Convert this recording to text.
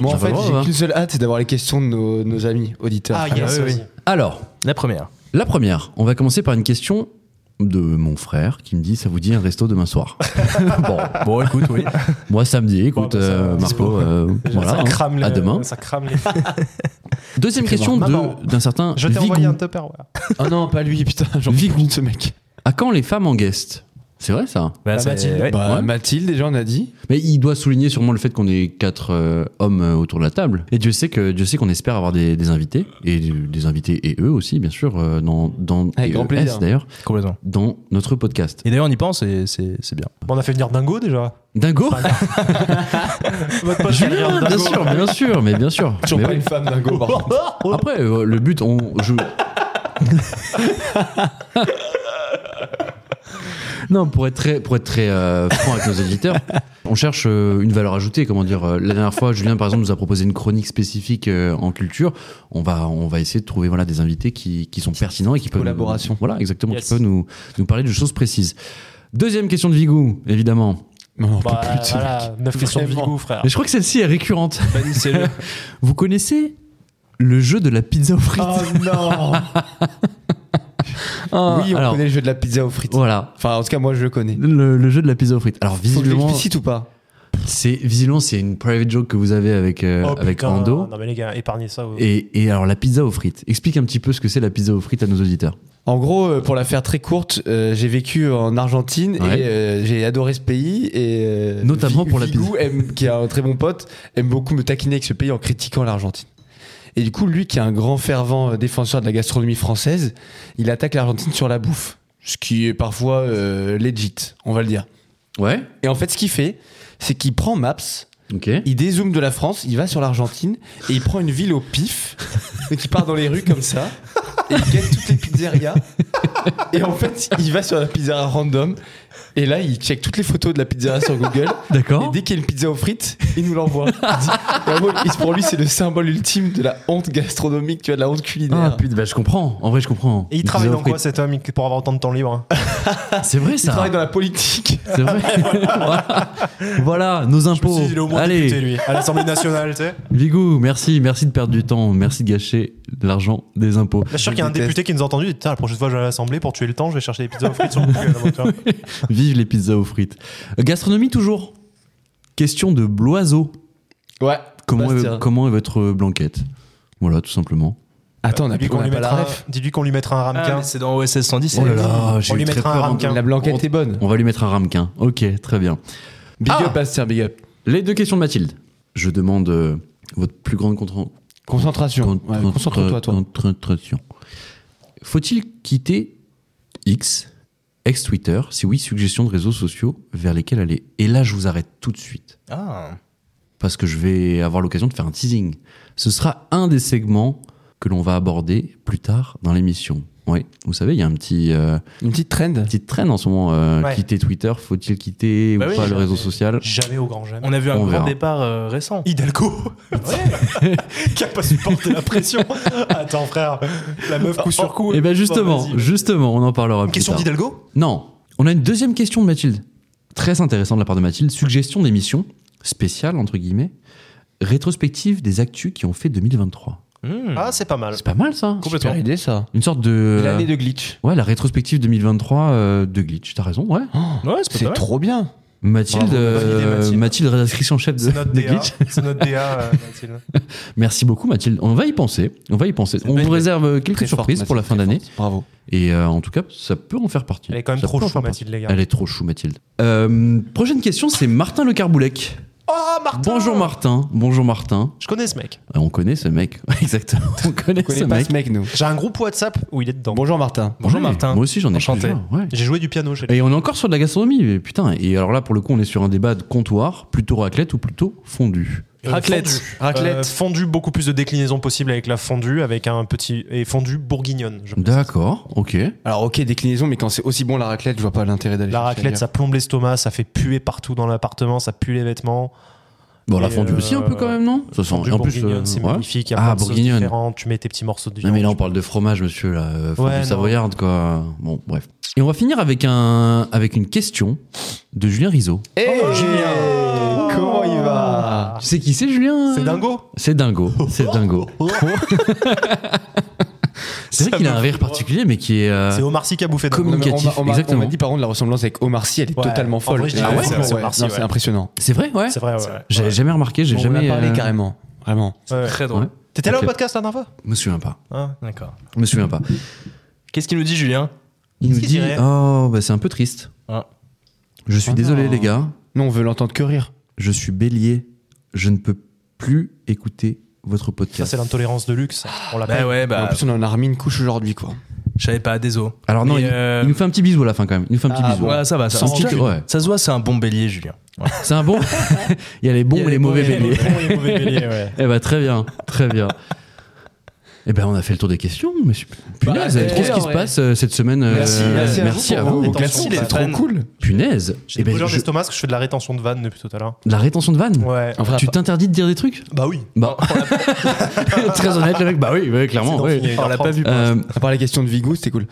Moi, en Ça va fait, voir, j'ai hein. qu'une seule hâte, c'est d'avoir les questions de nos, nos amis auditeurs. Ah, yes, oui, oui. vas-y. Alors, La première. la première, on va commencer par une question de mon frère qui me dit ça vous dit un resto demain soir bon, bon écoute oui moi samedi Bon, écoute bah, ça va, euh, Marco dispo. euh, Déjà, voilà ça hein, crame les, à demain Ça crame les... deuxième question Maman. de- d'un certain Je t'ai envoyé Vigou. un Tupperware. Oh non, pas lui, putain, j'en Vigou. plus de ce mec. à quand les femmes en guest c'est vrai ça Bah, c'est- Mathilde. ouais. Bah, Ouais. Mathilde, déjà, on a dit. Mais il doit souligner sûrement le fait qu'on est quatre euh, hommes euh, autour de la table. Et Dieu sait que Dieu sait qu'on espère avoir des, des invités et du- des invités et eux aussi bien sûr euh, dans dans Avec et grand ES, plaisir. d'ailleurs Complètement. dans notre podcast. Et d'ailleurs, on y pense et c'est c'est bien. Bon, on a fait venir Dingo déjà. Dingo, Votre pote fait venir bien Dingo. Oh, sûr, bien sûr, mais bien sûr. Toujours Ah, Mais pas oui. une femme, Dingo. par contre. Après euh, le but on je- Non, pour être très, pour être très euh, franc avec nos auditeurs, on cherche euh, une valeur ajoutée. Comment dire euh, La dernière fois, Julien, par exemple, nous a proposé une chronique spécifique euh, en culture. On va, on va essayer de trouver voilà des invités qui, qui sont pertinents et qui peuvent collaboration. Nous, voilà, exactement, Yes. qui peuvent nous, nous parler de choses précises. Deuxième question de Vigou, évidemment. Non, on peut Bah, plus de ce voilà, 9 questions de Vraiment. Vigou, frère. Mais je crois que celle-ci est récurrente. mec. Bannissez-le. Vous connaissez le jeu de la pizza aux frites Oh non Ah, Oui, on alors, connaît le jeu de la pizza aux frites. Voilà. Enfin, en tout cas, moi, je le connais. Le, le jeu de la pizza aux frites. Alors Faut que je visiblement, l'explicite ou pas c'est visiblement c'est une private joke que vous avez avec euh, Oh, avec putain, Ando. Non, mais les gars, épargnez ça. ouais. Et, et alors la pizza aux frites. Explique un petit peu ce que c'est la pizza aux frites à nos auditeurs. En gros, euh, pour la faire très courte, euh, j'ai vécu en Argentine Ouais. et euh, j'ai adoré ce pays. Et, euh, Notamment Vi- pour la Vigou, aime- qui est un très bon pote, aime beaucoup me taquiner avec ce pays en critiquant l'Argentine. Et du coup, lui, qui est un grand fervent euh, défenseur de la gastronomie française, il attaque l'Argentine sur la bouffe. Ce qui est parfois euh, legit, on va le dire. Ouais. Et en fait, ce qu'il fait, c'est qu'il prend Maps, Ok. il dézoome de la France, il va sur l'Argentine et il prend une ville au pif, donc il part dans les rues comme ça et il gagne toutes les pizzerias. Et en fait, il va sur la pizzeria random et là, il check toutes les photos de la pizzeria sur Google. Et D'accord. dès qu'il y a une pizza aux frites, il nous l'envoie. Il dit- et en gros, il- Pour lui, c'est le symbole ultime de la honte gastronomique, tu vois, de la honte Ah culinaire. putain, bah, je comprends. En vrai, je comprends. hein. Et il Une travaille pizza dans aux quoi frites. cet homme pour avoir autant de temps libre hein C'est vrai il ça. travaille dans la politique. C'est vrai. voilà. Voilà, nos Je me impôts. suis dit, il est au moins Allez, député, lui, à l'Assemblée nationale, tu sais. Là, Vigou, merci, merci de perdre du temps, merci de gâcher l'argent des impôts. je suis sûr qu'il y a un déteste. député qui nous a entendu. il dit, Putain, la prochaine fois, je vais à l'Assemblée pour tuer le temps, je vais chercher des pizzas aux frites sur Google. avant, tu vois. Vive les pizzas aux frites. Euh, Gastronomie toujours. Question de Bloiseau. Ouais. Comment, Bastien. est, comment est votre blanquette Voilà, tout simplement. Attends, on a plus Dis-lui qu'on on a lui pas la mettra- ref. dis-lui qu'on lui mettra un ramequin. Ah, c'est dans OSS 110. Oh là là, j'ai on eu lui très mettra un peur un peu. ramequin. La blanquette est bonne. On va lui mettre un ramequin. Ok, très bien. Big Ah up, Bastien, big up. Les deux questions de Mathilde. Je demande euh, votre plus grande contra- Concentration. Ouais, contra- Concentre-toi, toi. concentration. Faut-il quitter X, ex-Twitter Si oui, suggestion de réseaux sociaux vers lesquels aller. Et là, je vous arrête tout de suite. Ah. parce que je vais avoir l'occasion de faire un teasing. Ce sera un des segments que l'on va aborder plus tard dans l'émission. Oui, vous savez, il y a un petit, euh, Une petite trend. petite traîne en ce moment. euh, Ouais. Quitter Twitter, faut-il quitter Bah ou oui, pas le j'ai- réseau social Jamais au grand jamais. On a vu un On grand verra. départ euh, récent. Hidalgo Qui a pas supporté la pression Attends frère, la meuf coup sur coup. Eh bien justement, Bon, vas-y. justement, on en parlera Une plus question tard. d'Hidalgo Non, on a une deuxième question de Mathilde. Très intéressante de la part de Mathilde. Suggestion d'émission spéciale, entre guillemets, rétrospective des actus qui ont fait 2023. Mmh. Ah c'est pas mal. C'est pas mal ça Complètement. idée, ça. Une sorte de... L'année de glitch. Ouais, la rétrospective 2023 euh, de Glitch, t'as raison, ouais. Ouais, c'est pas Oh. mal. trop bien. Mathilde, Bravo, bonne idée, euh, Mathilde. Mathilde, rédactrice en chef de, C'est notre de DA, Glitch. c'est notre DA euh, Mathilde. Merci beaucoup Mathilde. On va y penser. On va y penser. une On bonne vous idée. réserve euh, quelques Très forte, surprises pour la Mathilde, fin très d'année. forte. Bravo. Et euh, en tout cas, ça peut en faire partie. Elle est quand même Ça trop peut en chou faire Mathilde les partie. gars. Elle est trop chou Mathilde. Euh, prochaine question, c'est Martin Le Carboulec. Oh Martin Bonjour Martin. Bonjour Martin. Je connais ce mec. Euh, On connaît ce mec. Exactement. On connaît On connaît ce pas mec. ce mec, nous. J'ai un groupe WhatsApp où il est dedans. Bonjour, Martin. Bonjour Ouais, Martin. Moi aussi j'en ai Enchanté. plusieurs, ouais. J'ai joué du piano chez lui. Et on est encore sur de la gastronomie, mais putain. Et alors là, pour le coup, on est sur un débat de comptoir, plutôt raclette ou plutôt fondu. Euh, Raclette. fondue. Raclette. Euh, fondue, beaucoup plus de déclinaisons possibles avec la fondue, avec un petit. Et fondue bourguignonne. je pense. D'accord, ok. Alors, ok, déclinaison, mais quand c'est aussi bon la raclette, je vois pas l'intérêt d'aller La chercher raclette, ailleurs. ça plombe l'estomac, ça fait puer partout dans l'appartement, ça pue les vêtements. Bon, la Et, fondue aussi un peu euh, quand même, non Ça sent. Fondue et en plus, bourguignonne, euh, c'est ouais. magnifique. Il y a Ah, plein de sauces bourguignonne. différentes, Tu mets tes petits morceaux de Non, viande. mais là, on parle de fromage, monsieur, là. euh, Fondue Ouais, non. savoyarde, quoi. Bon, bref. Et on va finir avec, un, avec une question de Julien Rizo. Hey, Oh, Julien Eh, Ah. Comment il va Tu sais qui c'est, Julien C'est dingo. C'est dingo. C'est dingo. C'est Ça vrai qu'il a me un rire fait droit. particulier, mais qui est. euh, C'est Omar Sy qui a bouffé dingo. Communique. On m'a- on m'a- On Exactement. m'a dit par contre la ressemblance avec Omar Sy, elle est Ouais, en totalement folle. vrai, je dis Ah ouais, ouais, c'est ouais, Omar non, Sy, ouais. C'est impressionnant. C'est vrai, ouais. C'est vrai, ouais, ouais. J'avais jamais remarqué, j'ai On en a jamais. parlé euh, carrément. Vraiment. Ouais, ouais. Très drôle. Ouais. T'étais là Ok. au podcast la dernière fois Je me souviens pas. Ah, D'accord. Je me souviens pas. Qu'est-ce qu'il nous dit, Julien Il nous qu'il dit dirait Oh, bah, c'est un peu triste. Ah. Je suis Ah désolé, non. les gars. Non, on veut l'entendre que rire. Je suis bélier. Je ne peux plus écouter votre Ça, podcast. c'est l'intolérance de luxe. Ah. On Bah l'appelle. ouais, En bah, plus, on en a remis une couche aujourd'hui, quoi. je savais pas, désolé. Alors, non, Mais, il, euh, il nous fait un petit bisou à la fin quand même. Il nous fait un petit Ah, bisou. bon. Ouais, ça va, ça Sans va. titre, ouais. Ça se voit, c'est un bon bélier, Julien. C'est un bon. il y a les bons Il y a et les les mauvais bons et les béliers. Bon et mauvais bélier, ouais. Eh ben très bien, très bien. Eh ben on a fait le tour des questions, mais je- punaise, c'était qu'est-ce qui bien, se ouais. passe euh, cette semaine euh, Merci, merci à vous pour vous. vos Attention, Merci, bah, c'est trop fan. cool. Punaise. J'ai Eh des ben, brûlures je- d'estomac parce que je fais de la rétention de vanne depuis tout à l'heure. La rétention de vanne Ouais. En vrai, Tu t'interdis de dire des trucs Bah oui. Bah. Très honnête le mec, bah oui, ouais, clairement. C'est ouais. dans le film, il y a On l'a pas vu. Euh, à part la question de Vigou, c'était cool.